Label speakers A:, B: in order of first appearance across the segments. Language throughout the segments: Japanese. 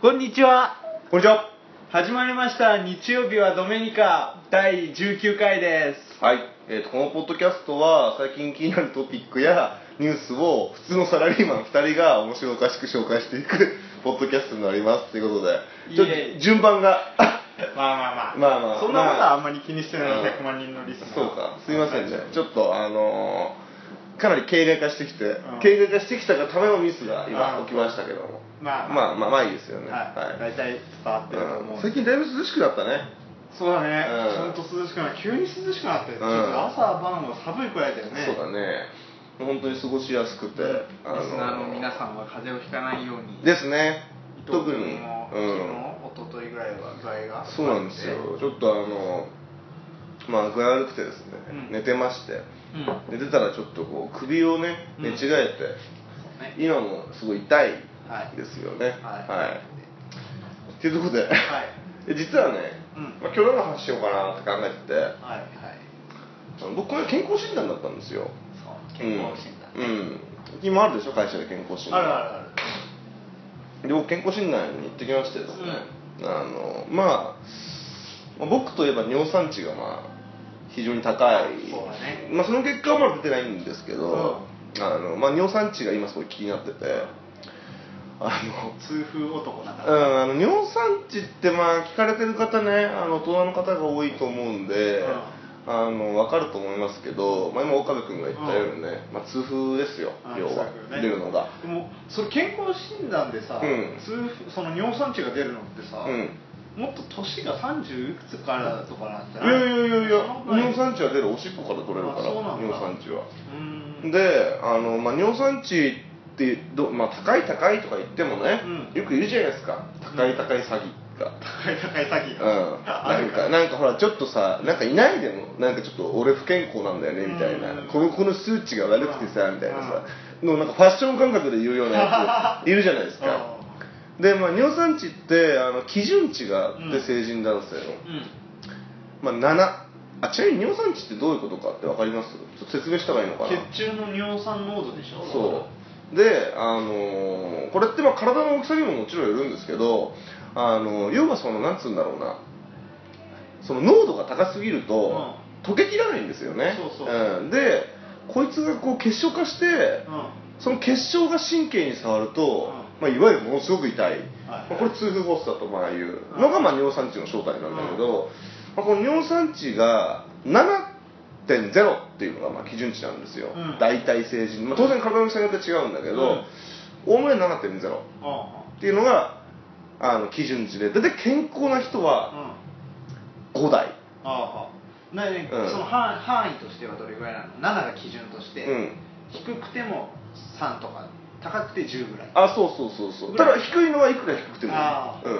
A: こんにちは
B: こんにちは。
A: 始まりました日曜日はドメニカ第19回です
B: はい。えーとこのポッドキャストは最近気になるトピックやニュースを普通のサラリーマン2人が面白おかしく紹介していくポッドキャストになりますということで、ちょ
A: いえいえ
B: 順番が
A: まあまあまあ
B: まあまあ
A: そんなことは
B: まあ
A: あんまり気にしてない
B: うん
A: 100万人のリスナー
B: そうか、すいませんね
A: はい。
B: ちょっとあのーかなり形骸化してきて、
A: ん
B: 形骸化してきたがためのミスが
A: うん
B: 今起きましたけども、
A: まあ
B: まあまあまあいいですよね。
A: はい
B: は
A: 大
B: い
A: 体伝わってると思
B: うん
A: う
B: 最近だいぶ涼しくなったね。
A: そうだね
B: うん
A: ちゃんと涼しくなって急に涼しくなってちょっと朝晩は寒いくらいだよね
B: そうだね。本当に過ごしやすくて、あ
C: リスナーの皆さんは風邪をひかないように
B: ですね
C: 伊藤
B: 特に
C: 君も
B: うん
C: 昨日、一昨日ぐらいは具合が
B: そうなんですよちょっとあのまあ具合悪くてですね、
C: うん
B: 寝てまして
C: うんそう
B: 寝てたらちょっとこう首をね
C: うん
B: 寝違えて、
C: ね
B: 今もすごい痛い
C: はい
B: ですよね
C: はい
B: いっていうところ で、
C: はい
B: 実はね、
C: うん
B: まあ、今日何の話しようかなって考えてて
C: はいはい
B: あの僕これ健康診断だったんですよ
C: そう健康診断、
B: うん、うん、今あるでしょ会社で健康診断
C: あるあるある
B: で僕健康診断に行ってきましてですね、あのまあまあ僕といえば尿酸値がまあ非常に高い
C: そうだね
B: まあ、その結果はまだ出てないんですけど、あのまあ、尿酸値が今すごい気になっててあの
C: 痛風男だか
B: う
C: ら
B: ん、あの尿酸値ってまあ聞かれてる方ねあの大人の方が多いと思うんで、
C: うん
B: あの分かると思いますけど、まあ、今岡部君が言ったようにね、まあ、痛風ですよ
C: あ
B: 要は
C: 痛風、ね
B: 出るのが
C: でもそれ健康診断でさ、
B: うん
C: 痛風その尿酸値が出るのってさ、
B: うん
C: もっと年が30いくつからとかなん
B: いやいや
C: じゃない
B: いやいや尿
C: 値
B: 酸値は出るおしっこから取れるから
C: あそうなんだ
B: 尿酸値は
C: うん
B: であの、まあ、尿酸値ってど、まあ、高い高いとか言ってもね、
C: うん
B: よく言うじゃないですか高い高い詐欺が、
C: 高い高い詐欺
B: う
C: が、
B: ん、
C: あ
B: なん
C: る
B: かなんかほらちょっとさなんかいないでもなんかちょっと俺不健康なんだよねみたいな、
C: うん
B: このこの数値が悪くてさ、
C: うん
B: みたいなさ、のなんかファッション感覚で言うようなやついるじゃないですか、で、まあ、尿酸値ってあの基準値があって、
C: うん
B: 成人男性の、
C: うん
B: まあ、7あちなみに尿酸値ってどういうことかって分かりますちょっと説明した方がいいのかな
C: 血中の尿酸濃度でしょ
B: そうで、あのーこれってまあ体の大きさにももちろんよるんですけど、あのー要はそのなんつうんだろうなその濃度が高すぎると、溶けきらないんですよね
C: そうそ
B: ん、でこいつがこう結晶化して、
C: うんは
B: その結晶が神経に触ると、まあ、いわゆるものすごく痛い、まあ、これ痛風発作とまあいうのがまあ尿酸値の正体なんだけど、まあ、この尿酸値が7.0っていうのがまあ基準値なんですよ、
C: うん
B: 大体成人、まあ、当然体の大きさによって違うんだけどおおむね7.0っ
C: あ
B: ていうのがあの基準値で大体健康な人
C: あうんあ
B: は5台
C: あなね、
B: うん
C: その範範囲としてはどれぐらいなの7が基準として、
B: うん
C: 低くても3とか高くて10ぐらい
B: あそうそうそうそうただ低いのはいくら低くてもいい
C: あー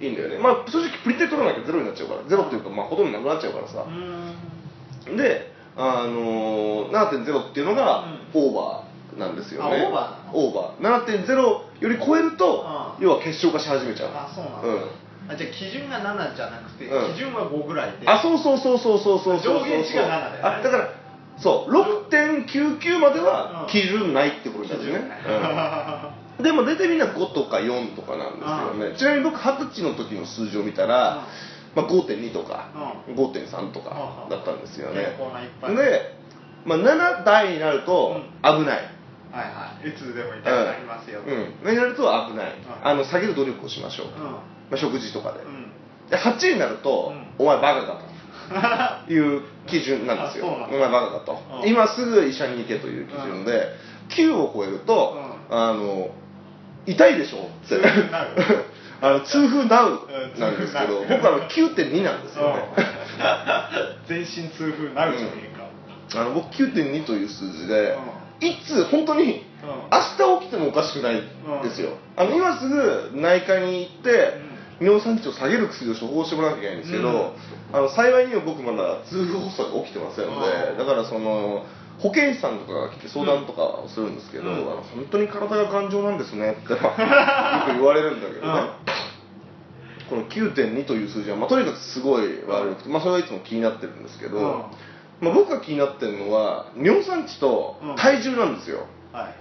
B: うん、いいんだよねまあ正直プリテ取らなきゃゼロになっちゃうからゼロっていうかまあほとんどなくなっちゃうからさ、
C: うーん
B: で、あのー、7.0っていうのがオーバーなんですよね、
C: あオーバーなの
B: オーバー7.0より超えると、
C: うん
B: 要は結晶化し始めちゃう
C: あそうなんだ、
B: うん
C: あじゃあ基準が7じゃなくて、
B: うん
C: 基準は5ぐらいで
B: あそうそうそうそうそうそうそうそう
C: 上限値が7だよね
B: あだからそう6.99まで
C: う
B: は
C: ん
B: 基準ないってこと
C: 基
B: です
C: 準
B: ね、
C: は
B: うんでも出てみんな5とか4とかなんですよね、ちなみに僕二十歳の時の数字を見たら、まあ、5.2とか、5.3 とかだったんですよね、
C: うんうん健康な一般
B: で、まあ、7台になると危ない、
C: いはいいつでも痛くなりますよ、
B: うん、うんになると危ない、
C: うん
B: あの下げる努力をしましょう、
C: うん
B: まあ、食事とかで,、
C: うん
B: で8になると、
C: う
B: お前バカだという基準なんですよ
C: あそうなんだ
B: お前バカだと、
C: うん
B: 今すぐ医者に行けという基準で、9を超えると、あの痛いでしょって
C: 痛風になる
B: あの痛風なう
C: うん
B: なんですけど、
C: 痛風なう
B: 僕はあの9.2なんですよね、
C: うん全身痛風なるじゃねえか、
B: あの僕9.2という数字で、
C: う
B: いつ本当に
C: うん
B: 明日起きてもおかしくないですよ、あの今すぐ内科に行って、尿酸値を下げる薬を処方してもらわなきゃいけないんですけど、
C: うん
B: あの幸いにも僕まだ痛風発作が起きてませんので、
C: うん
B: だからその保健師さんとかが来て相談とかをするんですけど、
C: うん
B: あの本当に体が頑丈なんですねってよく言われるんだけどね、この9.2という数字は、まあ、とにかくすごい悪くて、まあ、それはいつも気になってるんですけど、
C: うん
B: まあ、僕が気になってるのは尿酸値と体重なんですよ、
C: はいはい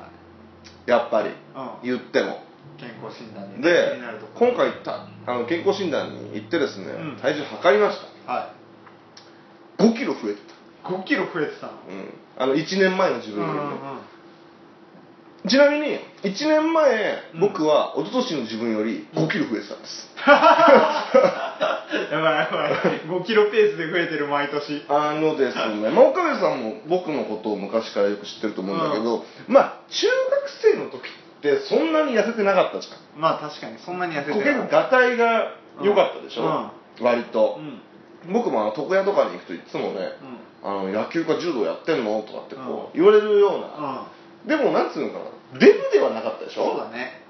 B: やっぱり、
C: うん
B: 言っても
C: 健康診断で気
B: で
C: になるところ
B: 今回たあの健康診断に行ってですね、
A: うん
B: 体重測りまし
C: は
B: た5キロ増え
C: い
B: て
C: 5キロ増えてたの
B: た、うん、あの1年前の自分よりも、
C: うん
B: ちなみに1年前
A: うん
B: 僕は一昨年の自分より5キロ増えてたんです、
A: やばいやばい5キロペースで増えてる毎年
B: あのですね、まあ、岡部さんも僕のことを昔からよく知ってると思うんだけど、まあ中学生の時ってそんなに痩せてなかったじゃ
C: まあ確かにそんなに痩せ
B: んこう
C: て
B: 結構ガタイが良かったでしょ、割と
A: う、ん
B: 僕もあの床屋とかに行くといつもね
A: うん
B: あの野球か柔道やってんのとかってこう言われるよう
C: う
B: な、
C: ん
B: でもなんつうのかなデブではなかったでし
C: そう
B: ょ
C: だね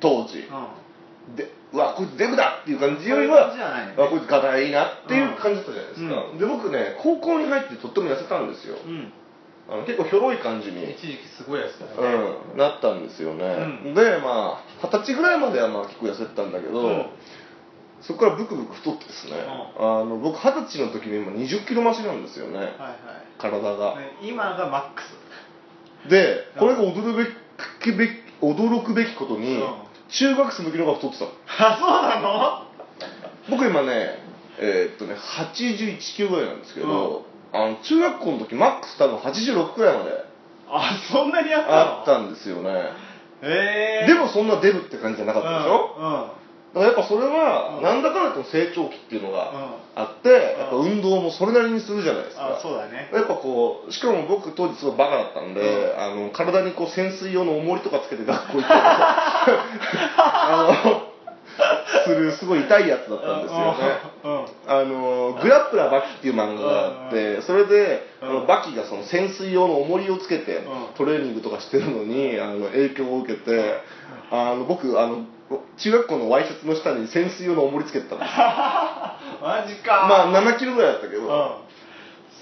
B: 当時
C: う、ん
B: でうわこいつデブだっていう感じより
C: そういう感じ
B: は
C: じゃないね
B: うわこいつガタイいいなっていう感じだったじゃないですか、
A: う
B: で僕ね高校に入ってとっても痩せたんですよ、
A: うん
B: あの結構ひょろい感じに、
A: 一時期すごいやつだね
B: うん、なったんですよね、
A: う
B: でまあ二十歳ぐらいまではまあ結構痩せてたんだけど、
A: うん
B: そこからブクブク太ってですね、あの僕二十歳の時に今2 0キロ増しなんですよね、
A: はい
B: 体が、
A: はいね今がマックス
B: でこれが驚くべき驚くべきことに、
A: うん
B: 中学生の時の方が太ってたの
A: あそうなの
B: 僕今ねえーっとね81キロぐらいなんですけど、あの中学校の時マックス多分86くらいまで
A: あそんなにあったの
B: あったんですよね、
A: ええ
B: でもそんなデブって感じじゃなかったでしょ、
A: う
B: だからやっぱそれは
A: うん
B: なんだかんだと成長期っていうの
A: んうん
B: が
A: うん
B: あって、やっぱ運動もそれなりにするじゃないですか
A: あそうだね
B: やっぱこうしかも僕当時すごいバカだったんで、
A: うん
B: あの体にこう潜水用の重りとかつけて学校 行ってあのするすごい痛いやつだったんですよね
A: うん
B: あのグラップラーバキっていう漫画があ
A: う
B: っ
A: ん
B: てそれであ
A: うん
B: のバキがその潜水用の重りをつけて
A: うん
B: トレーニングとかしてるのにあの影響を受けてあの僕あの中学校のワイシャツの下に潜水用の重りつけてたんで すよ
A: マジか
B: まあ7キロぐらいだったけ
A: う
B: ど
A: ん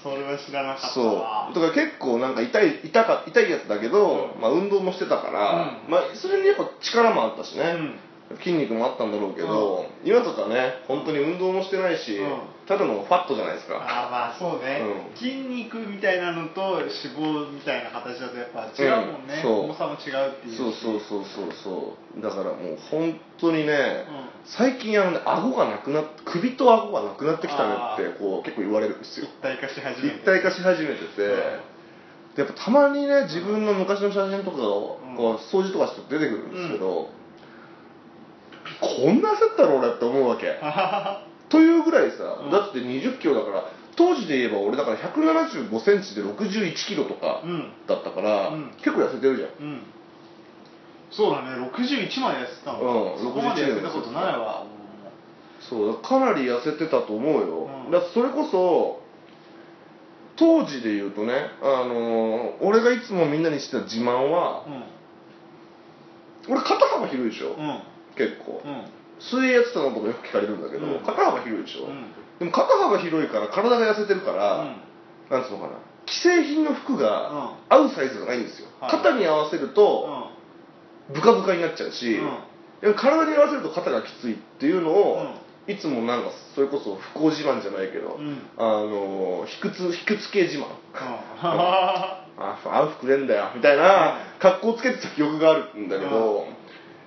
A: それは知らなかったわ
B: そうだから結構なんか痛い痛か痛いやつだけど
A: う、ん
B: まあ、運動もしてたから、
A: うん
B: まあ、それにやっぱ力もあったしね、
A: うん
B: 筋肉もあったんだろうけど、今とかね本当に運動もしてないし、
A: うん
B: ただのファットじゃないですか
A: あーまあそうね、
B: うん
A: 筋肉みたいなのと脂肪みたいな形だとやっぱ違うもんね
B: うん、そう
A: 重さも違うっていう
B: そうそうそうそうそうだからもう本当に
A: う
B: ね、
A: ん
B: 最近あのね顎がなくなっ首と顎がなくなってきたねってこう結構言われるんですよ
A: 一体化し始めて
B: 立体化し始めてて、でやっぱたまにね自分の昔の写真とかを、
A: うん
B: こう掃除とかして出てくるんですけど、こんな焦ったろ俺って思うわけ というぐらいさ、
A: うん
B: だって2 0キロだから当時で言えば俺だから1 7 5センチで6 1キロとか
A: うん
B: だったから、
A: うん
B: 結構痩せてるじゃん
A: うんそうだね61まで痩せてたもん
B: うん
A: そこまで
B: 61
A: 痩せたことないわ
B: そうかなり痩せてたと思うよ、
A: うん
B: だってそれこそ当時で言うとね、あのー俺がいつもみんなにしてた自慢は
A: うん
B: 俺肩幅広いでしょ、
A: うん
B: 結構、
A: うん
B: 水泳やってたのとかよく聞かれるんだけど、
A: うん
B: 肩幅広いでしょ、
A: うん
B: でも肩幅広いから体が痩せてるから、
A: うん
B: なんつうのかな既製品の服
A: う
B: が
A: ん
B: 合うサイズがないんですよ、
A: はい
B: 肩に合わせるとブカブカになっちゃうし、
A: うん
B: でも体に合わせると肩がきついっていうの
A: う
B: を、
A: ん
B: いつもなんかそれこそ不幸自慢じゃないけど、
A: うん
B: あの卑屈卑屈系自慢
A: あ
B: ああ合う服ねえんだよみたいな格好つけてた記憶があるんだけど、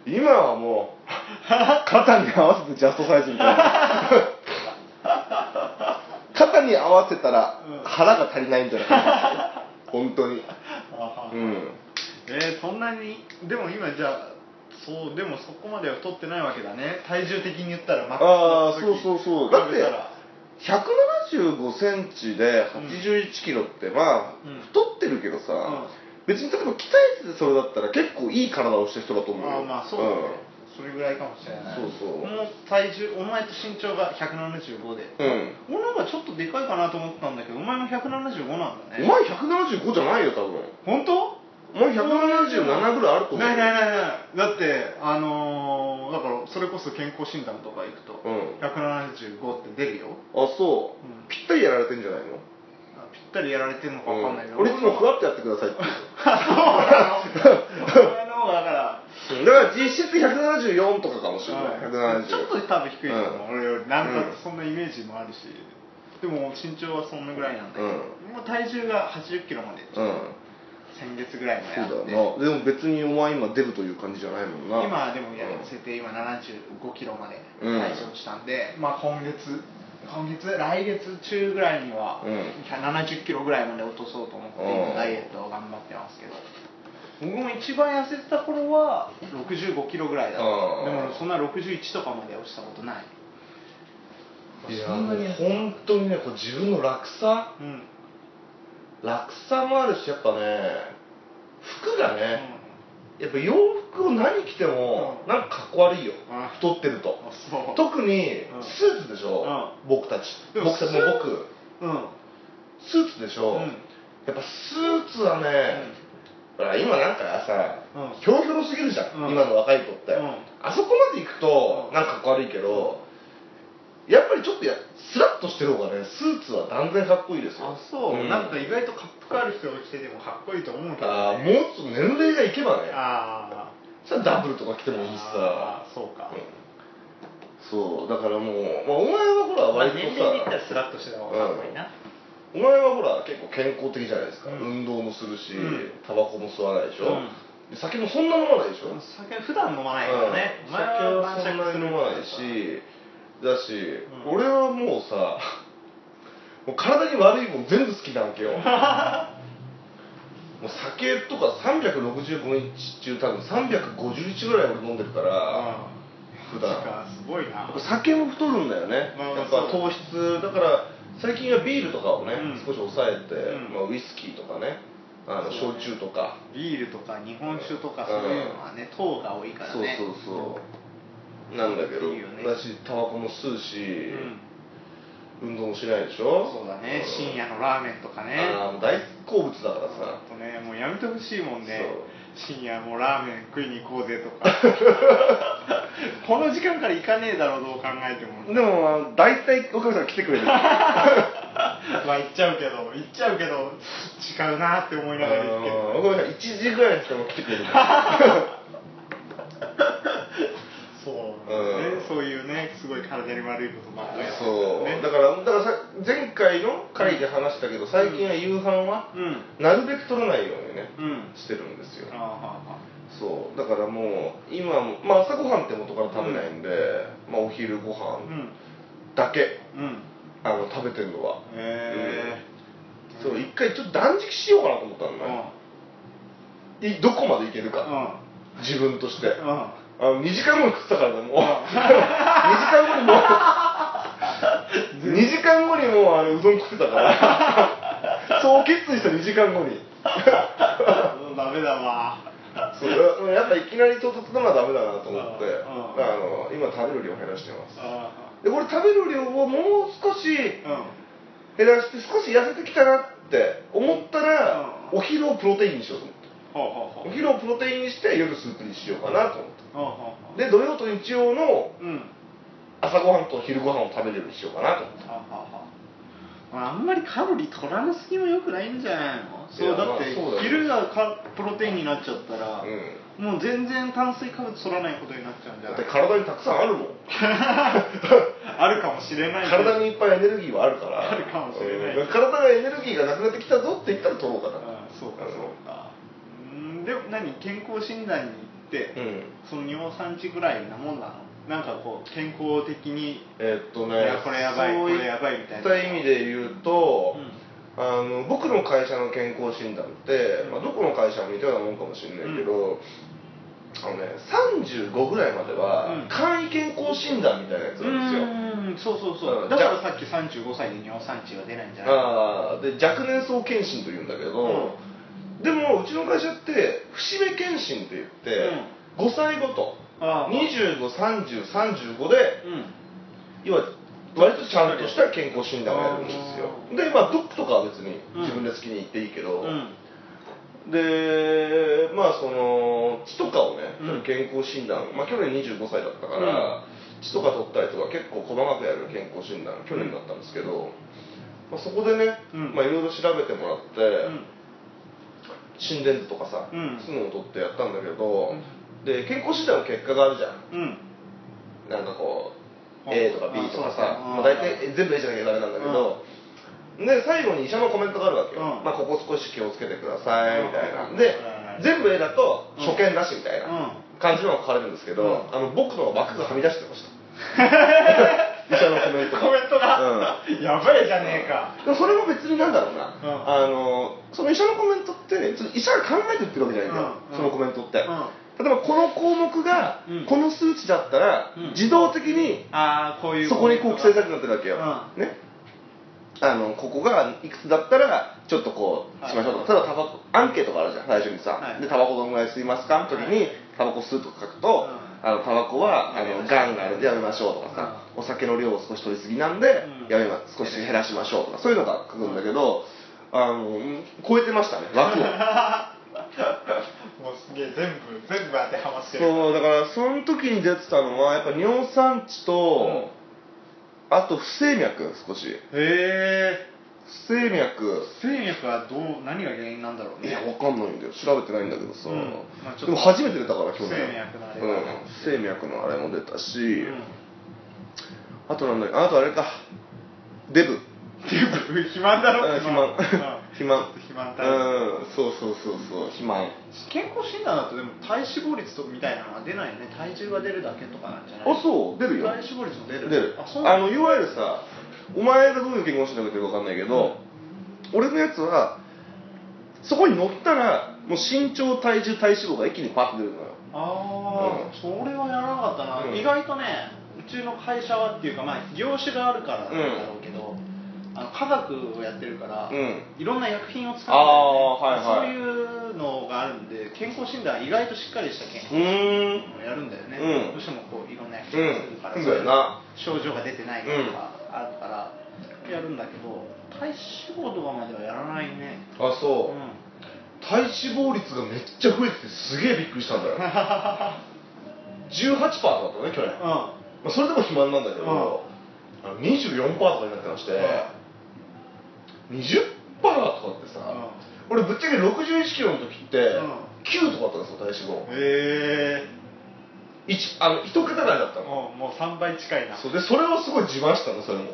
B: 今はもう肩に合わせてジャストサイズみたいな肩に合わせたら
A: うん
B: 腹が足りないみたいな感 じ本当に
A: あ
B: うん
A: えー、そんなにでも今じゃあそうでもそこまでは太ってないわけだね体重的に言ったらマックス
B: ああ
A: の
B: そう
A: 時
B: そうそうだっ
A: 比
B: て
A: べたら
B: 1 7 5ンチで8 1キロって、まあ、
A: うん
B: 太ってるけどさ、
A: ん
B: 別に例えば鍛えててそれだったら結構いい体をしてる人だと思うよ
A: まあまあそうだね、それぐらいかもしれない
B: そうそう
A: この体重お前と身長が175で、
B: うん
A: 俺なんかちょっとでかいかなと思ったんだけどお前も175なんだ
B: う
A: ね
B: ん、お前175じゃないよ多分
A: 本当
B: お前177ぐらいあると思う
A: ないないないないだってあのーだからそれこそ健康診断とか行くと、
B: うん
A: 175って出るよ
B: あそう、
A: うん
B: ぴったりやられてんじゃないの
A: あぴったりやられてるのか分かんないけど、
B: うん俺いつもふわっとやってくださいって
A: あそうなのお前の方がだから
B: 言うだから実質174とかかもしれない、170
A: ちょっと多分低いと思う、
B: うん
A: 俺よりなん
B: うん
A: かそんなイメージもあるし、でも身長はそんなぐらいなんだけど、
B: う
A: もう体重が8 0キロまで、
B: うん
A: 先月ぐらいまで
B: そ
A: あ
B: う
A: っ
B: だ
A: て
B: よなでも別にお前今出るという感じじゃないもんな
A: 今でもや
B: うん
A: せて今75キロまで
B: うん
A: 体重落ちたんで、まあ今月今月来月中ぐらいには
B: うん
A: 70キロぐらいまで落とそうと思って
B: う
A: 今
B: ん
A: ダイエットを頑張ってますけど僕も一番痩せてた頃は65キロぐらいだったで
B: うん
A: もそんな61とかまで落ちたことない
D: いや
B: そんなに
D: 本当にねこう自分の落差
A: うん、うん
B: 落差もあるしやっぱね服がね、やっぱ洋服を何着ても
A: うん
B: なんかかっこ悪いよ、
A: うん
B: 太ってると
A: あそう
B: 特に
A: うん
B: スーツでしょ、僕たち
A: でも
B: 僕たちも
A: スー
B: 僕
A: うん
B: スーツでしょ、
A: うん
B: やっぱスーツはね、ほら今なんかさ、
A: うん
B: ひょろひょろすぎるじゃん、
A: うん
B: 今の若い子って、
A: うん
B: あそこまで行くと、
A: うん
B: なんかかっこ悪いけど、やっぱりちょっとやスラッとしてる方がねスーツは断然かっこいいですよ
A: あそう、
B: ん
A: なんか意外とカップカール人が着ててもかっこいいと思うけど、ね、
B: あーもうちょっと年齢がいけばね
A: あ
B: それダブルとか着て
A: ー
B: もいいし
A: あ
B: さ
A: ーそうか、
B: そうだからもう、まあ、お前はほら
A: まあ
B: 割と
A: 年齢で言ったらス
B: さ
A: ラッとしてた方がかっこいいな、
B: お前はほら結構健康的じゃないですか、
A: うん
B: 運動もするし
A: うん
B: タバコも吸わないでしょ、
A: うん
B: で酒もそんな飲まないでしょ、
A: 酒普段飲まないからね、
B: う
A: お
B: ん
A: 前は
B: 酒はそんなに飲まないしだし、
A: うん
B: 俺はもうさもう体に悪いもん全部好きなわ けよもう酒とか365日中多分351ぐらい俺飲んでるから、
A: うん
B: 普
A: マジ
B: 段
A: かすごいな
B: 酒も太るんだよね、
A: まあ
B: やっぱ糖質だから最近はビールとかをね、
A: うん
B: 少し抑えて、
A: うん
B: まあ、ウイスキーとかねあの
A: そう
B: 焼
A: ね
B: 酎とか
A: ビールとか日本酒とかそういうのはね、糖が多いから
B: そう
A: ね
B: そうそうなんだけど
A: いいよね
B: だしタバコも吸うし、
A: ん
B: 運動もしないでしょ
A: そうだね深夜のラーメンとかね
B: ああもう大好物だからさ
A: ほんとねもうやめてほしいもんね深夜もうラーメン食いに行こうぜと かこの時間から行かねえだろうどう考えても
B: でもあの大体お母さん来て くれるあ
A: まあ行っちゃうけど行っちゃうけど違うなって思いながら行くけど
B: のお母さん1時ぐらいにしても来てく れる
A: そう
B: うん
A: ね、そういうねすごい体に悪いことばっかりやってる
B: そう、
A: ね
B: だからだからさ前回の回で話したけど最近は夕飯は
A: うん
B: なるべく取らないようにね
A: うん
B: してるんですよ
A: あーはあは
B: そうだからもう今も、まあ、朝ごはんって元から食べないんで、まあ、お昼ご
A: あう
B: 飯
A: ん
B: だけ、
A: うん
B: あの食べてるのは
A: へえ
B: そう一回ちょっと断食しようかなと思ったの
A: うんうん
B: ね、いどこまでいけるか、自分として、
A: うん
B: あの2時間後に食ったからね も う2時間後にもう2時間後にもうあのうどん食ってたか らそう決意した2時間後に
A: ダメだわ
B: そうややっぱいきなり唐突なのはダメだなと思って
A: うん
B: だからあの今食べる量減らしてます
A: あ
B: でこれ食べる量をもう少し
A: ーうん
B: 減らして少し痩せてきたなって思ったら、
A: うん
B: お昼をプロテインにしようと思って
A: ほうほうほう
B: お昼をプロテインにして夜スープにしようかなと思って
A: ほうほうほう
B: で土曜と日曜の
A: うん
B: 朝ごはんと昼ごはんを食べるようにしようかなと思って
A: はあはあはああんまりカロリー取らなすぎもよくないんじゃないのそうだって
B: まあそうだよ
A: 昼がかプロテインになっちゃったら、
B: うん
A: もう全然炭水化物取らないことになっちゃうんじゃ
B: だっ
A: な
B: て
A: い
B: 体にたくさんあるもん
A: あるかもしれないけど
B: 体にいっぱいエネルギーはあるから
A: あるかもしれない
B: うん体がエネルギーがなくなってきたぞって言ったら取ろうかな
A: あそうかそうかうんでも何健康診断に行って、
B: うん
A: その尿酸値ぐらいなもんなのなんかこう健康的に
B: えっと
A: い
B: ね
A: やこれやばい
B: そう
A: これやばいみたいな
B: った意味で言うと、
A: うん
B: あの僕の会社の健康診断って、まあ、どこの会社も似たようなもんかもしれないけど、あのね、35ぐらいまで
A: う
B: は
A: ん
B: 簡易健康診断みたいなやつなんですよ、
A: うんそうそうそう
B: うん
A: だからさっき35歳で尿酸値が出ないんじゃない
B: あーで若年層検診というんだけど、でもうちの会社って節目検診って言って、5歳ごと
A: あー
B: 253035で
A: うん
B: 要は割とちゃんとした健康診断をやるんですよ
A: あー
B: でまあドックとかは別に
A: うん
B: 自分で好きに行っていいけど、
A: うん
B: でまあその血とかをね
A: うん
B: 健康診断、まあ、去年25歳だったから、血とか取ったりとか結構細かくやる健康診断去年だったんですけど、まあ、そこでね、
A: うん
B: まあ、いろいろ調べてもらって、
A: うん
B: 心電図とかさ、
A: うん
B: そういうのを取ってやったんだけ
A: う
B: ど、で健康診断の結果があるじゃ
A: うん
B: んなんかこう
A: うん
B: A とか B とかさ
A: あそうだね
B: まあ、大体全部 A じゃなきゃダメなんだけど、で最後に医者のコメントがあるわけよ、
A: うん
B: まあ、ここ少し気をつけてくださいみたいな、
A: うん
B: で
A: うん
B: 全部絵だと
A: うん
B: 初見だしみたい
A: うん
B: な感じのが書かれるんですけ
A: うん
B: ど、あの僕の枠がはみ出して ました医者のコメントが
A: コメント
B: うん
A: が、やばいじゃねえか
B: でもそれも別になんだろうな、
A: う
B: あのその医者のコメントってその医者が考えて言ってるわけじゃないんだよ、
A: うんうん
B: そのコメントって、
A: う
B: 例えばこの項目が
A: うん
B: この数値だったら、
A: うん
B: 自動的に
A: ああこういう
B: そこにこう記載されて
A: る
B: なってるわけよ、
A: う
B: ねあのここがいくつだったらちょっとこうしましょうとか、
A: はい
B: ただタバコアンケートがあるじゃん最初にさ、
A: はい
B: でタバコどんぐらい吸いますかの時に、
A: はい
B: タバコ吸うとか書くと、
A: うん
B: あのタバコはあ
A: やめ
B: の
A: ましょう
B: がんがあるんでやめましょうとかさ、お酒の量を少し取りすぎなんで、
A: うん
B: やめま少し減らしましょうとかそういうのが書くんだけど、あのうん超えてましたね 枠を
A: もうすげえ全部全部当てはまってる
B: そうだからその時に出てたのはやっぱ尿酸値と、あと不整脈少し
A: へえ
B: 不整脈
A: 生脈はどう何が原因なんだろう
B: い
A: ね
B: や、わかんないんだよ。調べてないんだけどさ。
A: うんまあちょっと
B: でも初めて出たから、去年。
A: 不整脈のあれが
B: うん不整脈のあれも出たし、
A: うん
B: あとなんだっけあとあれか。デブ。
A: 全部肥満だろ
B: うん肥満。肥満。
A: 肥満体
B: うん、そうそうそうそう、肥満。
A: 健康診断だとでも体脂肪率とみたいなのは出ないよね体重が出るだけとかなんじゃない
B: あ、そう、出るよ。
A: 体脂肪率も出る
B: 出る
A: あそうな
B: あのいわゆるさお前がどういう結婚してたかわかんないけど、俺のやつはそこに乗ったらもう身長体重体脂肪が一気にパッと出るのよ
A: ああ、
B: うん
A: それはやらなかったな、
B: うん
A: 意外とねうちの会社はっていうか、まあ、業種があるからなんだろうけど、あの科学をやってるから、
B: うん
A: いろんな薬品を使って、
B: ああは
A: そう
B: いはい
A: いうのがあるんで健康診断意外としっかりした健
B: う
A: 康診
B: ーん
A: 断をやるんだよね、
B: うん
A: どうしてもこういろんな薬品をするから、
B: うん
A: そう
B: そうだよな
A: 症状が出てないとかあるから、やるんだけど体脂肪とかまではやらないね、
D: あ
A: う
D: そう、
A: ん
D: 体脂肪率がめっちゃ増えててすげえびっくりしたんだよ 18%だったね去年、ま
A: うん
D: あ、それでも肥満なんだけど、あの24%とかになってまして、20%とかってさ、俺ぶっちゃけ61キロの時って、
A: うん
D: 9とかだったんですよ体脂肪
A: へえ
D: 一あの一桁台だったの
A: もうもう3倍近いな
D: そうでそれをすごい自慢したのそれも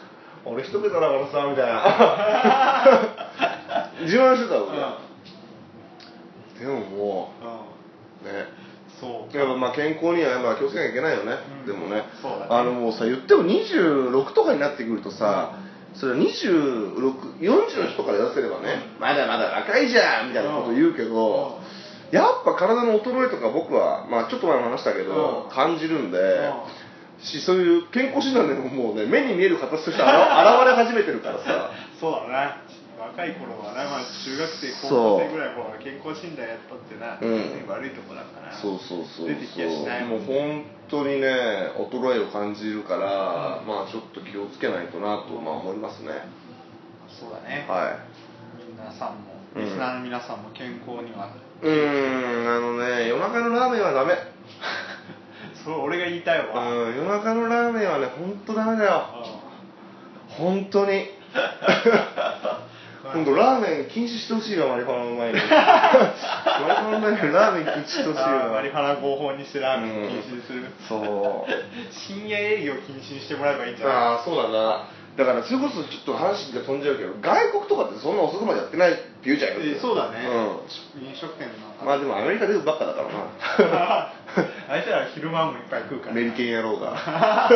D: 俺一桁だからさみ たいな
B: 自慢してた
A: うん
B: 俺、でもも
A: うん
B: うね
A: そう
B: やっぱまあ健康にはやっぱ気をつけなきゃいけないよね、
A: うん
B: でもね
A: そうだね
B: あのもうさ言っても26とかになってくるとさ、それは2640の人から出せればね、まだまだ若いじゃんみたいなこと言うけど、やっぱ体の衰えとか僕は、まあ、ちょっと前も話したけど、
A: うん
B: 感じるんで、
A: う
B: しそういう健康診断でももうね目に見える形として現れ始めてるからさ
A: そうだな若い頃はな、まあ、中学生
B: そう
A: 高校生ぐらいの頃は健康診断やったってな、
B: うん
A: 悪いとこだから
B: そうそうそうそう
A: 出てきやしない
B: もう本当にね衰えを感じるから、まあちょっと気をつけないとなと、まあ、思いますね
A: そうだね、
B: は
A: 皆さんも
B: うん
A: リスナーの皆さんも健康には、
B: いうーんあのね夜中のラーメンは ダメ
A: そう俺が言いたいわ、うん
B: うん夜中のラーメンはね本当ダメだよ本当 に今度ラーメン禁止してほしいよマリファナの 前にマリファナの前にラーメン禁止してほしい
A: あーマリ
B: よ
A: ファナ合法にしてラーメン禁止にする、
B: そう
A: 深夜営業禁止にしてもらえばいいんじゃない
B: ああそうだなだからそれこそちょっと話が飛んじゃうけど外国とかってそんな遅くまでやってないって言うじゃんよく
A: えーそうだね、
B: う
A: 飲食店の
B: んまあでもアメリカでばっかだから
A: あいつらは昼間もいっぱい食うか
B: な
A: ら
B: メリケン野郎が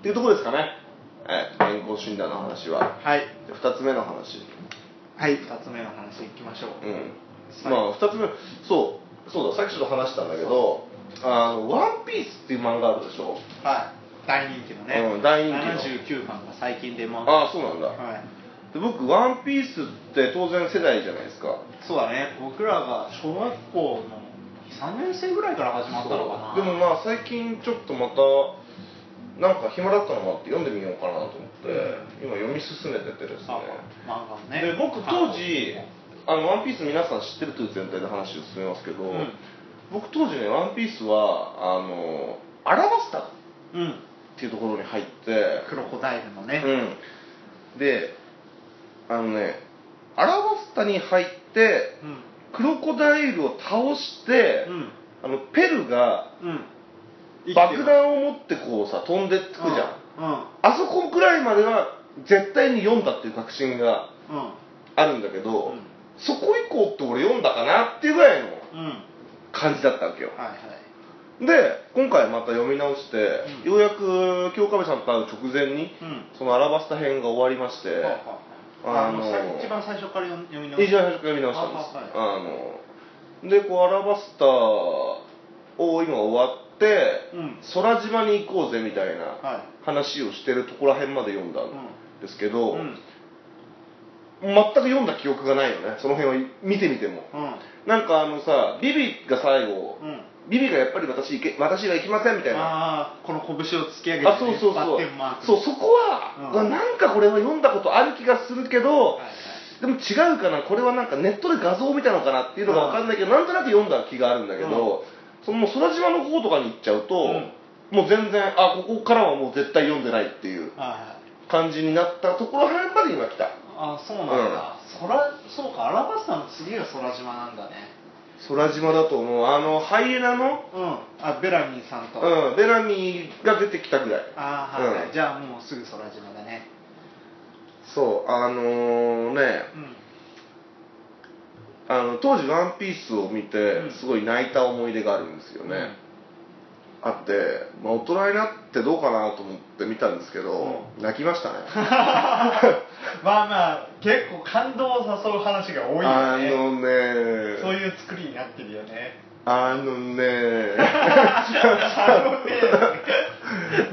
B: っていうところですかねはい健康診断の話は
A: はい
B: で二つ目の話
A: はい2つ目の話いきましょう、
B: うんまあ二つ目そうそうださっきちょっと話したんだけど「あのワンピースっていう漫画あるでしょ
A: はい大人気のね、
B: うん大人気
A: 79巻が最近出ます
B: ああそうなんだ、
A: はい
B: で僕「ワンピースって当然世代じゃないですか
A: そうだね僕らが小学校の3年生ぐらいから始まったのかな
B: でもまあ最近ちょっとまたなんか暇だったのもあって読んでみようかなと思って、今読み進めててですね
A: あ漫画もね
B: で僕当時「あのワンピース皆さん知ってるという前提で話を進めますけど、
A: ん
B: 僕当時ね「ワンピースはあのアラバスタっ
A: うん
B: ていうところに入って
A: クロコダイルのね、
B: うんであのねアラバスタに入って
A: うん
B: クロコダイルを倒して、
A: うん
B: あのペルが
A: うん
B: 爆弾を持ってこうさ飛んでってくじゃ
A: う
B: ん、
A: んうん
B: あそこぐらいまでは絶対に読んだっていう確信が
A: うん
B: あるんだけど、
A: うん
B: そこ以降って俺読んだかなっていうぐらいの
A: うんはい
B: 感じだったわけよ
A: はい
B: で今回また読み直して、
A: うん
B: ようやく京壁さんと会う直前に、
A: うん
B: そのアラバスタ編が終わりまして、
A: あ
B: あの
A: のさ一番最初から読み読み直
B: 一
A: す
B: 番最初から読み直したんです
A: あ
B: あ、のでこうアラバスタを今終わって、
A: うん
B: 空島に行こうぜみたいな
A: は
B: 話をしてるとこら辺まで読んだんですけど、
A: いうん
B: 全く読んだ記憶がないよねその辺を見てみても
A: うん
B: なんかあのさビビが最後、
A: うん
B: ビビがやっぱり私行け私が行きませんみたいな
A: ああこの拳を突き上げてね
B: あそうそう
A: バ
B: そ
A: ッ
B: う
A: テンマーク
B: そうそこは、
A: うん
B: なんかこれは読んだことある気がするけ
A: は
B: ど、
A: いはい
B: でも違うかなこれはなんかネットで画像見たのかなっていうのが分かんないけど、なんとなく読んだ気があるんだけど、そのもう空島の方とかに行っちゃうと、もう全然あここからはもう絶対読んでないっていう
A: はいはい
B: 感じになったところ辺まで今来た
A: あそうなんだ、空そうかアラバスタの次が空島なんだね
B: 空島だと思うあのハイエナの、
A: うんあベラミーさんと、あ
B: うん、ベラミーが出てきたぐらい
A: あーはいはい、
B: うん
A: じゃあもうすぐ空島だね
B: そうあの
A: う
B: ーね
A: ん
B: あの当時「ワンピースを見
A: う
B: て
A: ん
B: すごい泣いた思い出があるんですよね、
A: うん
B: あって、まあ、大人になってどうかなと思って見たんですけど、泣きましたね
A: まあまあ結構感動を誘う話が多
B: あ
A: いよね
B: のね
A: そういう作りになってるよね
B: あのね
A: あのね
B: あ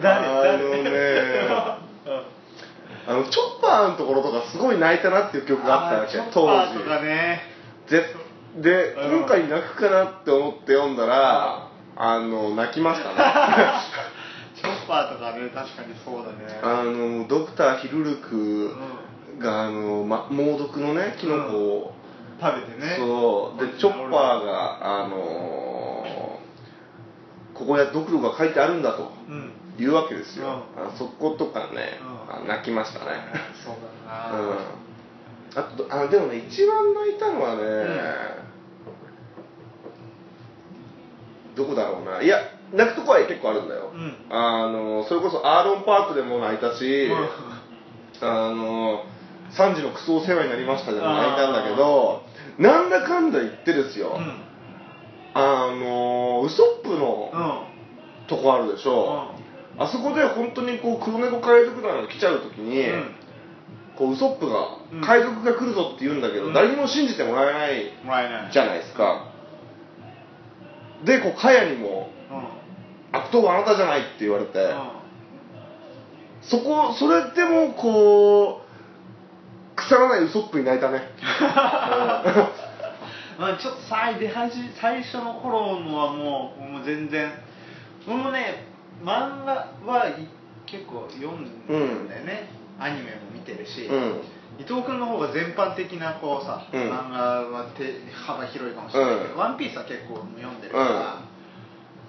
A: 誰
B: の
A: 誰
B: ね
A: うん
B: あのチョッパーのところとかすごい泣いたなっていう曲があったわ
A: ー
B: け
A: チョ
B: 当
A: ッパ
B: 時
A: ーとかね
B: ぜで
A: うん
B: 今回泣くかなって思って読んだらあの泣きま したね
A: チョッパーとかね確かにそうだね
B: あのドクターヒルルクがあの、ま、猛毒のねキノコを、
A: 食べてね
B: そうでチョッパーがあのーここやドクロが書いてあるんだと
A: うん
B: いうわけですよ、あそことかね、
A: うん
B: あ泣きましたね
A: そうだ
B: うん
A: な、
B: あとあでもね一番泣いたのはね、どこだろうないや泣くとこは結構あるんだよ、
A: うん
B: あのそれこそアーロンパークでも泣いたし、あの3時のクソお世話になりましたでも泣いたんだけどなんだかんだ言ってですよ、
A: うん
B: あのウソップの
A: う
B: とこあるでしょ、あそこで本当にこう黒猫海賊団が来ちゃう時に、
A: ん
B: こうウソップが、
A: うん
B: 海賊が来るぞって言うんだけど、
A: うん
B: 誰にも信じてもらえない
A: んもらえない
B: じゃないですか、でこうカヤにも
A: うんうん
B: 「悪党はあなたじゃない」って言われて、そこそれでもこう腐らないウソップに泣いたね
A: まあちょっと最出始め最初の頃のはもうもう全然俺もね漫画はい結構読んでるんだよね、アニメも見てるし、
B: うん
A: 伊藤君の方が全般的なこうさ、
B: うん
A: 漫画は手幅広いかもしれないけど、
B: うん
A: ワンピースは結構読んでるか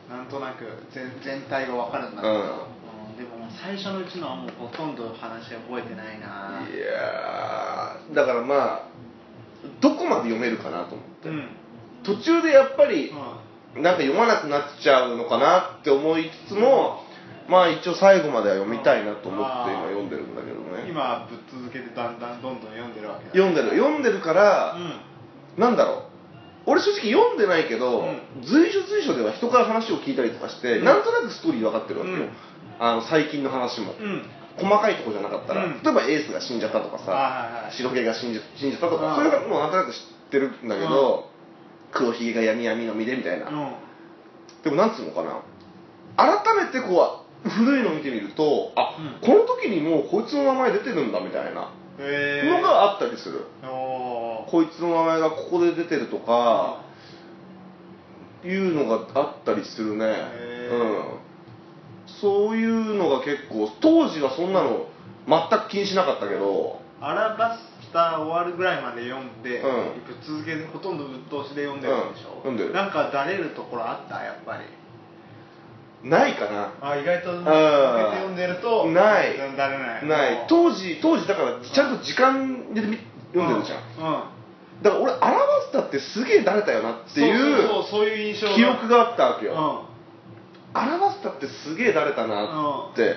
A: ら、なんとなく全全体が分かるんだけど、
B: うん
A: うんでも最初のうちのはもうほとんど話覚えてないな、
B: いやーだからまあどこまで読めるかなと思って、
A: うん
B: 途中でやっぱり
A: うん
B: なんか読まなくなっちゃうのかなって思いつつも、まあ一応最後までは読みたいなと思って今読んでるんだけどね
A: 今ぶっ続けてだんだんどんどん読んでるわけだ
B: 読んでる読んでるか
A: う
B: ら、
A: ん
B: なんだろう俺正直読んでないけど、
A: うん
B: 随所随所では人から話を聞いたりとかして、
A: うん
B: なんとなくストーリー分かってるわけよ、
A: うん
B: あの最近の話も、
A: うん
B: 細かいとこじゃなかったら、
A: うん
B: 例えばエースが死んじゃったとか
A: はいはい
B: さ
A: はい
B: 白毛が死んじゃ死んじゃったとか
A: うん
B: そういうのもなんとなく知ってるんだけど、黒ひげが闇闇の実でみたいな、
A: うん
B: でもなんつうのかな改めてこう古いの見てみるとあ、
A: うん
B: この時にもうこいつの名前出てるんだみたいな
A: えー、
B: のがあったりする、
A: おー
B: こいつの名前がここで出てるとか、いうのがあったりするね、
A: へー
B: うん、そういうのが結構当時はそんなの全く気にしなかったけど、
A: アラバスタ終わるぐらいまで読んで、
B: うん
A: ぶっ続けてほとんどぶっ通しで読んでるんでしょ、
B: うん読んでる
A: なんかだれるところあったやっぱり
B: ないかな
A: あ意外と続けて読んでると
B: ない
A: だれない
B: ない当時当時だからちゃんと時間でみ読んでるじゃん、
A: うん、うん
B: だから俺アラバスタってすげえ慣れたよなっていう
A: そうそうそうそういう印象
B: 記憶があったわけ
A: う
B: よ、
A: ん
B: アラバスタってすげえ慣れたなって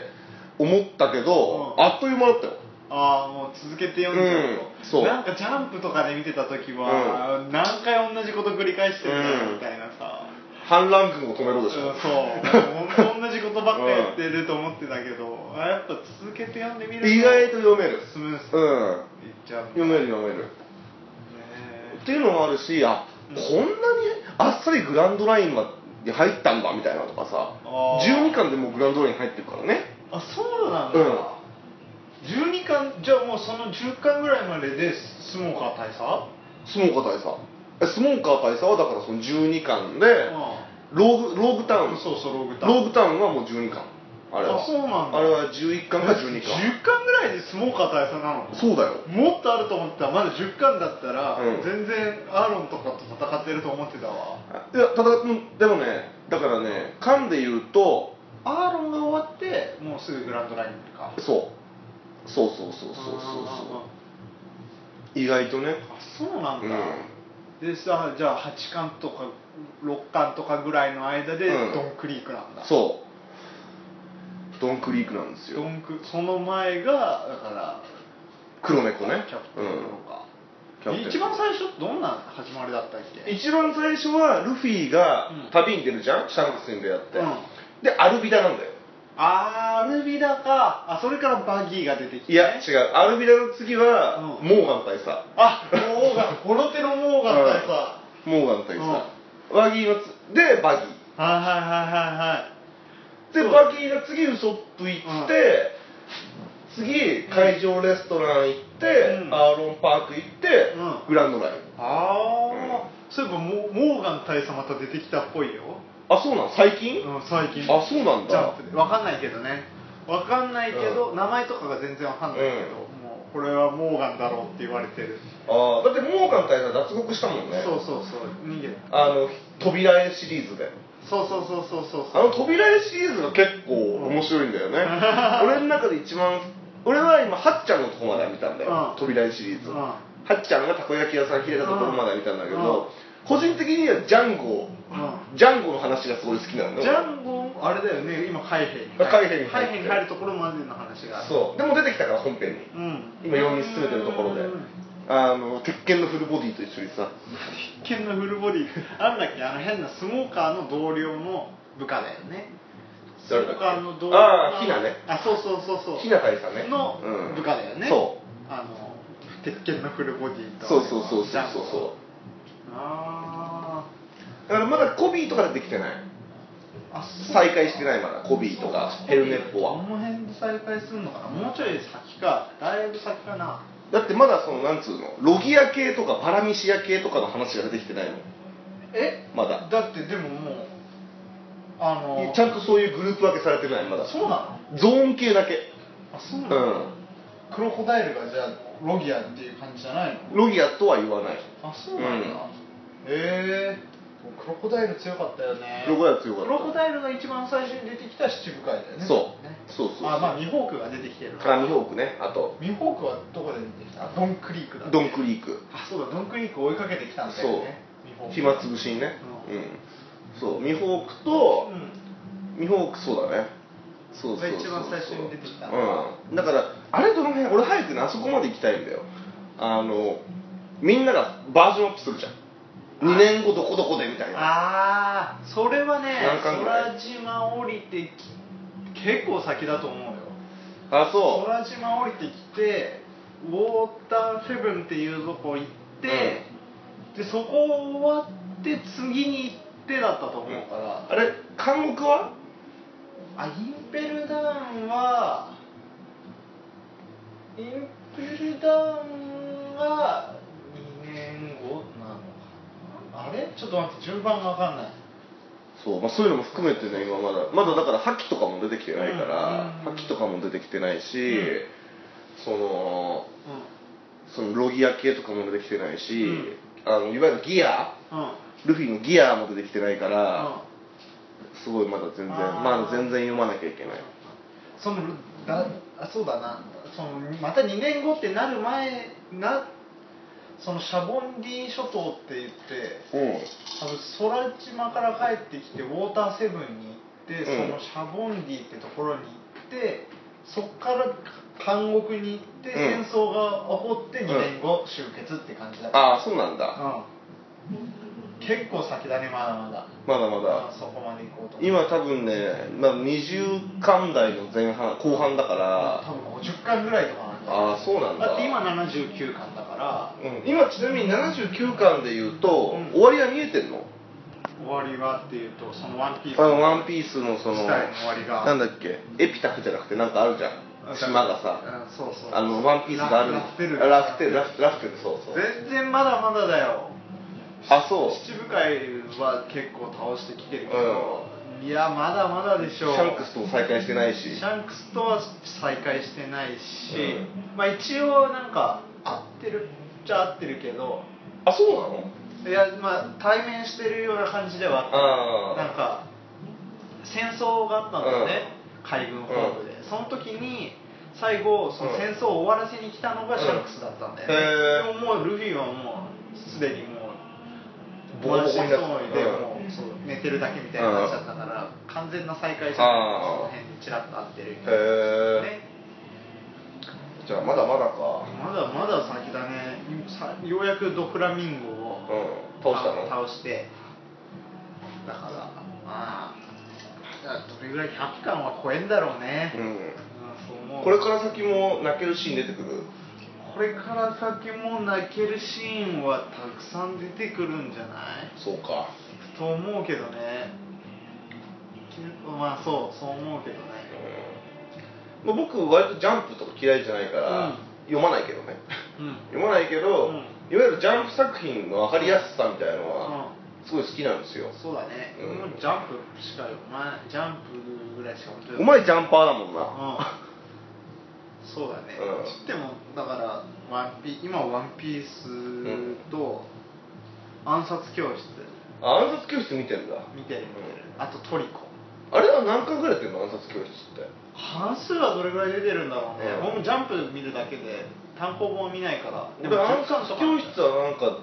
B: 思ったけど、
A: うん
B: あっという間だったよ
A: ああもう続けて読んでると、
B: うんそう
A: なんかジャンプとかで見てた時は、何回同じこと繰り返してるなみたいなさ、
B: 反乱軍を止めろ
A: うん
B: でしょ、
A: そうほんと同じことばっかやってると思ってたけど、あやっぱ続けて読んでみると
B: 意外と読める
A: スムース
B: う
A: にいっ
B: ん
A: ちゃう、
B: 読める読める
A: ね
B: っていうのもあるしあ、
A: うん
B: こんなにあっさりグランドラインまで入ったんだみたいなのとかさ
A: あー
B: 12巻でもうグランドライン入ってるからね
A: あそうなんだ、
B: うん
A: 12巻じゃあもうその10巻ぐらいまででスモーカー大佐
B: スモーカー大佐えスモーカー大佐はだからその12巻でローグローグタウン
A: そうそうローグタウン
B: ローグタウンはもう12巻あれは
A: あそうなんだ
B: あれは11巻か12巻
A: 10巻ぐらいでスモーカー大佐なの
B: そうだよ
A: もっとあると思ったらまだ10巻だったら、
B: うん
A: 全然アーロンとかと戦ってると思ってたわ
B: いやただうんでもねだからね巻で言うと
A: アーロンが終わってもうすぐグランドラインか
B: そうそうそうそうそうそうそう意外とね
A: あそうなんだ、
B: う
A: でさじゃあ8巻とか6巻とかぐらいの間で
B: うん
A: ドンクリークなんだ、
B: そうドンクリークなんですよ
A: ドンクその前がだから
B: 黒猫ね
A: キャプテン
B: うん
A: とか、
B: キャプテン
A: 一番最初どんな始まりだったっけ
B: 一番最初はルフィが
A: うん
B: 旅に出るじゃんシャンクスに出会って、
A: うん
B: でアルビダなんだよ
A: あーアルビダかあそれからバギーが出てきて
B: いや違うアルビダの次は、
A: うん
B: モーガン大佐
A: あモーガンホロテロモーガン大佐、
B: モーガン大佐、バギーのつでバギー
A: はいはいはいはいはい
B: で
A: そう
B: バギーが次ウソップ行って、次会場レストラン行って、
A: うん
B: アーロンパーク行って、
A: うん
B: グランドライン
A: ああ、
B: うん
A: そういえばモモーガン大佐また出てきたっぽいよ、
B: あそうなん最近、
A: うん、最近
B: あそうなん
A: ジャ
B: だ
A: ンプでわかんないけどねわかんないけど、名前とかが全然わかんないけど、
B: う
A: もうこれはモーガンだろうって言われてる、
B: あーだってモーガン大佐脱獄したもんね
A: そうそうそう逃げ
B: あの扉絵シリーズで
A: そうそうそうそうそう
B: あの扉絵シリーズが結構面白いんだよね、俺の中で一番俺は今はっちゃんのとこまで見たんだよ、
A: うん
B: 扉絵シリーズ、
A: うん
B: はっちゃんがたこ焼き屋さん開いたところまで見たんだけど、個人的にはジャン
A: う
B: ゴ、ジャンゴの話がすごい好きなんだよ
A: ジャンゴもあれだよね今海兵に
B: 海兵に入って
A: 海兵に入るところまでの話がある
B: そうでも出てきたから本編に、
A: うん
B: 今読み進めてるところで、
A: うん
B: あの鉄拳のフルボディと一緒にさ
A: 鉄拳のフルボディあんだっけあの変なスモーカーの同僚の部下だよねスモ
B: 誰だっ
A: ー
B: け
A: カーの同僚
B: ああヒナね
A: あそうそうそうそう
B: ひな大佐ね
A: の
B: うん
A: 部下だよね、
B: そう
A: あの鉄拳のフルボディと
B: そうそうそうそう
A: ジ
B: そう
A: ャンゴ
B: そう
A: あ
B: だからまだコビーとか出てきてない
A: ーあそう
B: 再開してないまだコビーとかヘルネッポ
A: こ
B: は
A: の辺で再開するのかなもうちょい先かだいぶ先かな
B: だってまだそのなんつうのロギア系とかパラミシア系とかの話が出てきてないもん
A: え
B: まだ
A: だってでももうあの
B: ちゃんとそういうグループ分けされてないまだ
A: そうなのあ
B: ゾーン系だけ
A: そう
B: う
A: なの、
B: ん
A: クロコダイルがじゃあロギアっていう感じじゃないの
B: ロギアとは言わない
A: あそうなんだ、
B: うん
A: ええクロコダイル強かったよね
B: クロコダイル強かっ
A: ク
B: た
A: ロコダイルが一番最初に出てきた七部会だよね
B: そう
A: ね
B: そうそうそう
A: あまあミホークが出てきてる
B: カラミホークねあと
A: ミホークはどこで出てきたドンクリークだ、
B: ドンクリーク
A: あそうだドンクリーク追いかけてきたんだよねミホー
B: そう
A: ク
B: 暇つぶしにね
A: う
B: うんん、そうミホークと
A: う、ん
B: ミホークそうだねそうそうそうそ
A: 一
B: う
A: 番最初に出てきた
B: うん、だからあれどの辺俺早くねあそこまで行きたいんだよあのみんながバージョンアップするじゃん2年後どこどこでみたいな
A: ああそれはね
B: 何巻ぐらい
A: 空島降りてき結構先だと思うよ
B: あそう
A: 空島降りてきてウォーターセブンっていうとこ行って、でそこ終わって次に行ってだったと思うから、
B: あれ監獄は
A: あインペルダウンはインペルダウンは2年後なのかなあれちょっと待って順番が分かんない
B: そう、まあ、そういうのも含めてね今まだまだだから覇気とかも出てきてないから
A: うん
B: 覇気とかも出てきてないし、
A: うん
B: その
A: う
B: そのロギア系とかも出てきてないし、
A: うん
B: あのいわゆるギア
A: んうん
B: ルフィのギアも出てきてないから、
A: うん
B: すごいまだ全然
A: あー
B: まだ全然読まなきゃいけない
A: そのだあそうだなそのまた2年後ってなる前なそのシャボンディ諸島って言って
B: うん
A: 多分空島から帰ってきてウォーターセブンに行って、
B: うん
A: そのシャボンディってところに行ってそっから監獄に行って
B: う
A: 戦
B: ん
A: 争が起こって2
B: うん
A: 年後終結って感じだから、
B: ああそうなんだ
A: うん結構先だねまだまだ
B: まだま
A: あ
B: だ
A: そこまで行こうと思う
B: 今多分ね、まあ、20巻台の前半後半だから
A: 多分50巻ぐらいとかなんだ
B: ああそうなんだ
A: だって今79巻だから
B: うん、今ちなみに79巻で言う
A: う
B: と、
A: ん
B: 終わりは見えてんの
A: 終わりはっていうとそのワンピース
B: あのワンピースのその
A: 時代の終わりが
B: なんだっけエピタフじゃなくてなんかあるじゃん島がさ
A: うんそうそう
B: あのワンピースがある
A: ラフテル
B: ラフテルラフテルラフテルそうそう
A: 全然まだまだだよ
B: あそう
A: 七部会は結構倒してきてるけど、いやまだまだでし
B: シ
A: ょう
B: ャンクスとも再会してないし
A: シャンクスとは再会してないし、まあ一応なんか合ってるっちゃ合ってるけど
B: あそうなの
A: いやまあ対面してるような感じではあ
B: あ
A: っ
B: ー
A: たなんか戦争があったんだよね、海軍本部で、その時に最後その戦争を終わらせに来たのがシャンクスだったんだよね、
B: うんへー
A: でももうルフィはもうすでにもう
B: ボコボコになって
A: 満身創痍でもうそう寝てるだけみたいな感じだったから、完全な再会じゃない
B: あ
A: その
B: ー
A: 辺にちらっと会ってるみたいな
B: へ
A: ね
B: えじゃあまだまだか
A: まだまだ先だねさようやくドフラミンゴを、
B: うん倒したの
A: 倒してだからまあだからどれぐらい100巻は超えんだろうね、
B: う
A: うん
B: ん
A: そう思う
B: これから先も泣けるシーン出てくる
A: これから先も泣けるシーンはたくさん出てくるんじゃない
B: そうか
A: と思うけどね結構まあそうそう思うけどね
B: うんまあ僕割とジャンプとか嫌いじゃないから、
A: うん
B: 読まないけどね
A: うん
B: 読まないけど、
A: うん
B: いわゆるジャンプ作品の分かりやすさみたいのはすごい好きなんですよ、
A: そうだね、も
B: うん
A: うジャンプしかよまあジャンプぐらいしか
B: お前ジャンパーだもん
A: う
B: な、
A: んそうだね、
B: うん
A: つってもだからワンピ今「ワンピースと「暗殺教室
B: あ暗殺教室見てんだ」
A: 見てる見てるあと「トリコ
B: あれは何巻ぐらいやってんの暗殺教室って」
A: 半数はどれぐらい出てるんだろうね、
B: うん
A: 僕もジャンプ見るだけで単行本は見ないから
B: でも暗殺教
A: 10
B: 室はなんか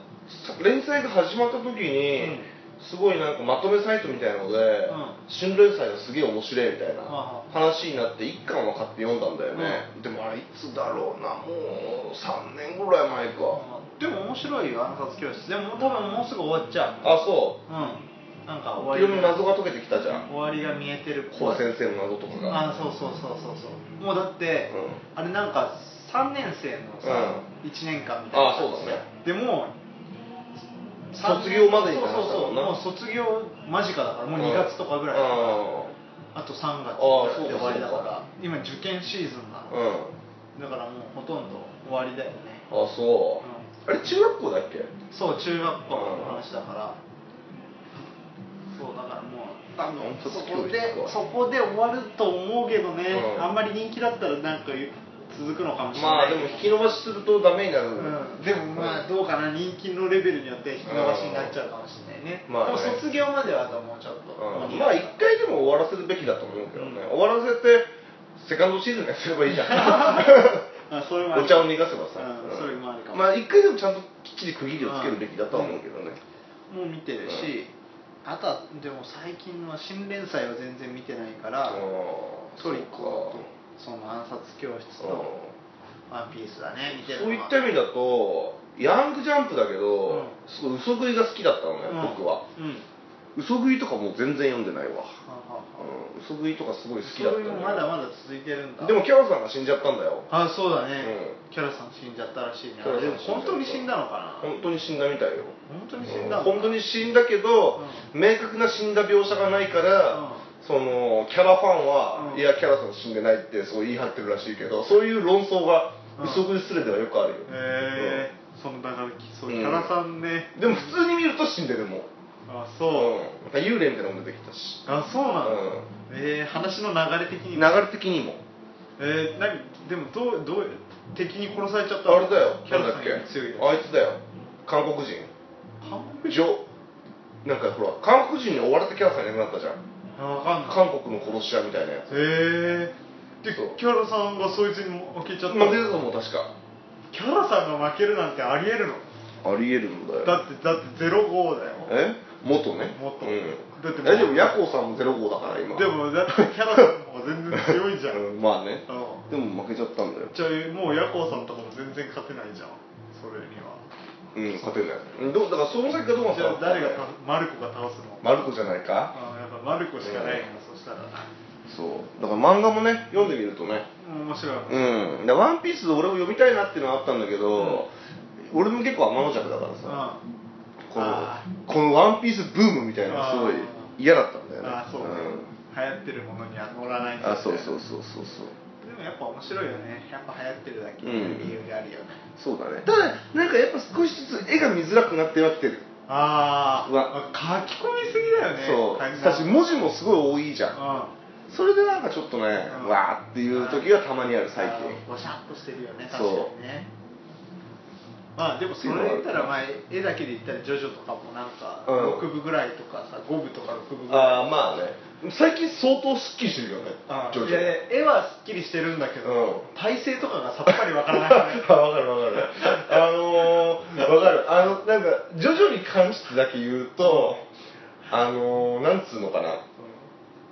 B: 連載が始まった時に、
A: うん
B: すごいなんかまとめサイトみたいので、
A: ん
B: 新連載がすげえ面白いみたいな
A: ああ
B: 話になって一巻は買って読んだんだよね、でもあれいつだろうなもう3年ぐらい前か、
A: うんでも面白いよ暗殺教室でも多分もうすぐ終わっちゃう
B: あそ
A: うんなんか
B: う
A: 終
B: いろ
A: わ
B: い
A: り
B: ろ
A: が
B: 謎が解けてきたじゃん
A: 終わりが見えてるっぽ
B: コ
A: い
B: ア先生の謎とかが
A: あそうそうそうそうそうもうだって、あれなんか3年生のさ、1年間みたいな
B: あそうだね
A: でも
B: 卒卒業までにって話だ
A: そうそうそう
B: も
A: ん
B: な
A: もう卒業間近だからもう2月とかぐらいだから、あと3月
B: あ
A: ぐらいで
B: そう
A: 終わ
B: か
A: りだか
B: そう
A: ら
B: か
A: 今受験シーズンなの、
B: うんうん
A: だからもうほとんど終わりだよね、
B: あそう、
A: う
B: あれ中学校だっけ
A: そう中学校の話だから、そうだからもう多分
B: 本当
A: そこで
B: 教育か
A: そこで終わると思うけどね、
B: うん
A: あんまり人気だったらなんか続くのかもしれ
B: ま
A: ない
B: あでも引き延ばしするとダメになる、
A: うんでもまあどうかな人気のレベルによって引き延ばしになっちゃうかもしれないね,、
B: うんまあね
A: でも卒業まではあともうちょっと、
B: うんまあ一回でも終わらせるべきだと思うけどね、終わらせてセカンドシーズンにすればいいじゃ ん
A: あそれもあり
B: お茶を逃がせばさ、
A: うん
B: うん
A: それもありかも、
B: まあ一回でもちゃんときっちり区切りをつけるべきだとは思うけどね、
A: もう見てるし、あとはでも最近は新連載は全然見てないから、
B: うん
A: トリコ
B: そうか
A: とその暗殺教室
B: うん
A: とワンピースだね見てる
B: そうい
A: のは
B: った意味だとヤングジャンプだけど、
A: うん
B: すごい嘘食いが好きだったのね、
A: うん
B: 僕は
A: うんは
B: 嘘食いとかもう全然読んでないわ、
A: あはあは
B: うん、嘘食いとかすごい好
A: あそ
B: きだった
A: ういうのまだまだ続いてるんだ
B: でもキャラさんが死んじゃったんだよ
A: あそうだね、
B: う
A: キャラさん死んじゃったらしいね
B: キャラさん
A: でも
B: 死んじゃった
A: 本当に死んだのかな
B: 本当に死んだみたいよ
A: 本当に死んだのか
B: 本当に死んだけど、明確な死んだ描写がないから、
A: うん
B: そのキャラファンは、
A: うん
B: いやキャラさん死んでないってそう言い張ってるらしいけどそういう論争が
A: うん
B: 嘘食いすれではよくあるよ、
A: へえそのだからそう
B: うん
A: キャラさんね、
B: うんでも普通に見ると死んでるもん、
A: あそう、
B: うんまた幽霊みたいなのも出てきたし
A: あそうなの、
B: うん
A: えー話の流れ的に
B: 流れ的にも
A: えー、何でもどうどう敵に殺されちゃったの
B: あれだよ
A: キャ
B: な
A: ラ
B: んだ
A: さ
B: っ
A: ん
B: け
A: よ
B: あ
A: り
B: い
A: 強いや
B: つだよ韓国人
A: つ韓国
B: ジョなんかほら韓国人に追われたキャラさんいなくなったじゃん
A: あわかんない
B: 韓国の殺し屋みたいなやつ
A: へえで
B: そう
A: キャラさんがそいつに負けちゃった
B: まあ出たと思う確か
A: キャラさんが負けるなんてありえるの
B: ありえるんだよ
A: だってだって05だよ
B: え元ね
A: 元
B: うん、
A: だってもう
B: 大丈夫ヤコウさんも0号だから今
A: でもだってキャラも全然強いじゃん、う、
B: うんんまあねでも負けちゃったんだよ
A: じゃあもうヤコウさんとかも全然勝てないじゃんそれには
B: うん勝てないどうだからその先がどうなっ
A: じゃあ
B: たの
A: 誰がたマルコが倒すの
B: マルコじゃないか
A: ああやっぱマルコしかないな、そしたら
B: そうだから漫画もね読んでみるとね
A: 面白いもん、
B: うんで「ワンピースで俺を読みたいなっていうのはあったんだけど、俺も結構天の弱だから
A: うん
B: さ、こ
A: あ
B: のこのワンピースブームみたいなのがすご
A: あ
B: い
A: ー
B: 嫌だったんだよね
A: ああそうね、流行ってるものには乗らない
B: ん、
A: と
B: あそうそううそうそうそう
A: でもやっぱ面白いよねやっぱ流行ってるだけ
B: うん
A: 理由があるよね、
B: そうだねただなんかやっぱ少しずつ絵が見づらくなってはきてる、
A: ああ
B: うわ
A: 書き込みすぎだよね
B: そう
A: 感じ
B: だし文字もすごい多いじゃ
A: う
B: ん
A: ん
B: それでなんかちょっとね、
A: ん
B: わーっていう時がたまにある最近
A: ごしゃっとしてるよね確
B: そう
A: かにねまあでもそれで言ったら前絵だけで言ったらジョジョとかもなんか
B: うん
A: 6部ぐらいとかさ5部とか6部ぐらい
B: ああまあね最近相当すっきりしてるよね
A: あ
B: ジョ
A: い
B: ジョ
A: やい や絵はすっきりしてるんだけど、
B: う
A: 体勢とかがさっぱりわから ない
B: あわかるわかる。あのー、わかる。あの、なんか、徐々に関してだけ言うと、あのー、なんつうのかな。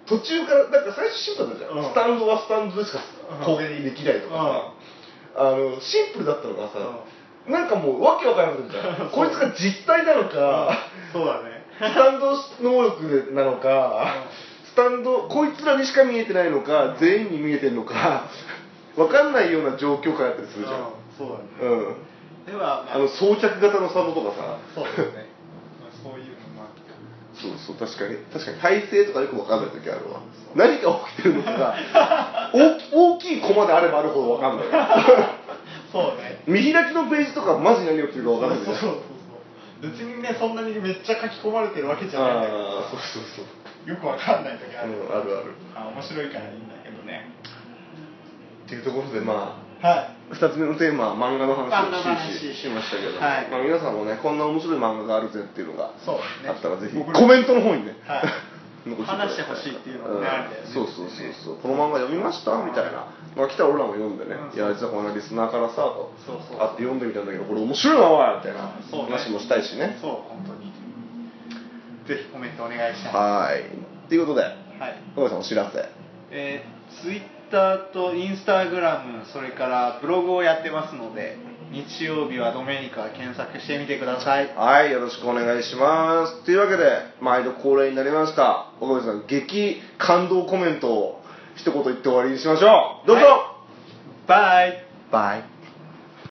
B: 途中から、なんか最初シンプルだったじゃん。
A: うん
B: スタンドはスタンドでしか
A: うん
B: 攻撃できないとかさ、あの、シンプルだったのがさ、なんかもうわけわからなくなるじ ゃん。こいつが実体なのか、
A: そうだね
B: スタンド能力なのか、スタンド、こいつらにしか見えてないのか、全員に見えてるのか、わかんないような状況下やったりするじゃん。
A: そうだね
B: うん。
A: では、まあ、
B: あの装着型のサンドとかさ
A: そうだね、まあ、そういうのもあって
B: そうそう確かに確かに体勢とかよく分かんない時あるわ何が起きてるのかが大き大きいコマであればあるほど分かんない
A: そうね
B: 見開きのページとかマジ何が起きてるか分かんないじ
A: そ
B: ゃ
A: うんそうそうそう別にねそんなにめっちゃ書き込まれてるわけじゃないんだけど
B: あーそうそうそう
A: よくわかんない時ある、
B: うんあるある
A: あ面白いからいいんだけどね
B: っていうところでまあ
A: はい
B: 2つ目のテーマは漫画の話
A: 漫画の
B: を
A: 話
B: 終始しましたけど、
A: はい
B: まあ、皆さんもねこんな面白い漫画があるぜっていうのが
A: そうですね
B: あったらぜひ
A: 僕ら
B: コメントの方にね、
A: はい
B: 残くださ
A: 話してほしいっていうのもねあるんだよね
B: そうそうそうそうこの漫画読みましたみたいな、まあ、来たら俺らも読んでね、
A: うん
B: いや実はこの間リスナーからさと
A: そうそう
B: 会って読んでみたんだけどこれ面白いなおいみたいな
A: そうね
B: 話もしたいしね
A: そう本当にぜひコメントお願いしますは
B: はーいということで
A: い
B: 小林さんお知らせ
A: えー、ツイッターとインスタグラムそれからブログをやってますので日曜日はドメニカ検索してみてください
B: はい、よろしくお願いします。というわけで、毎度恒例になりました、岡部さん、激感動コメントを一言言って終わりにしましょう。どうぞ、
A: バイ
B: バイ。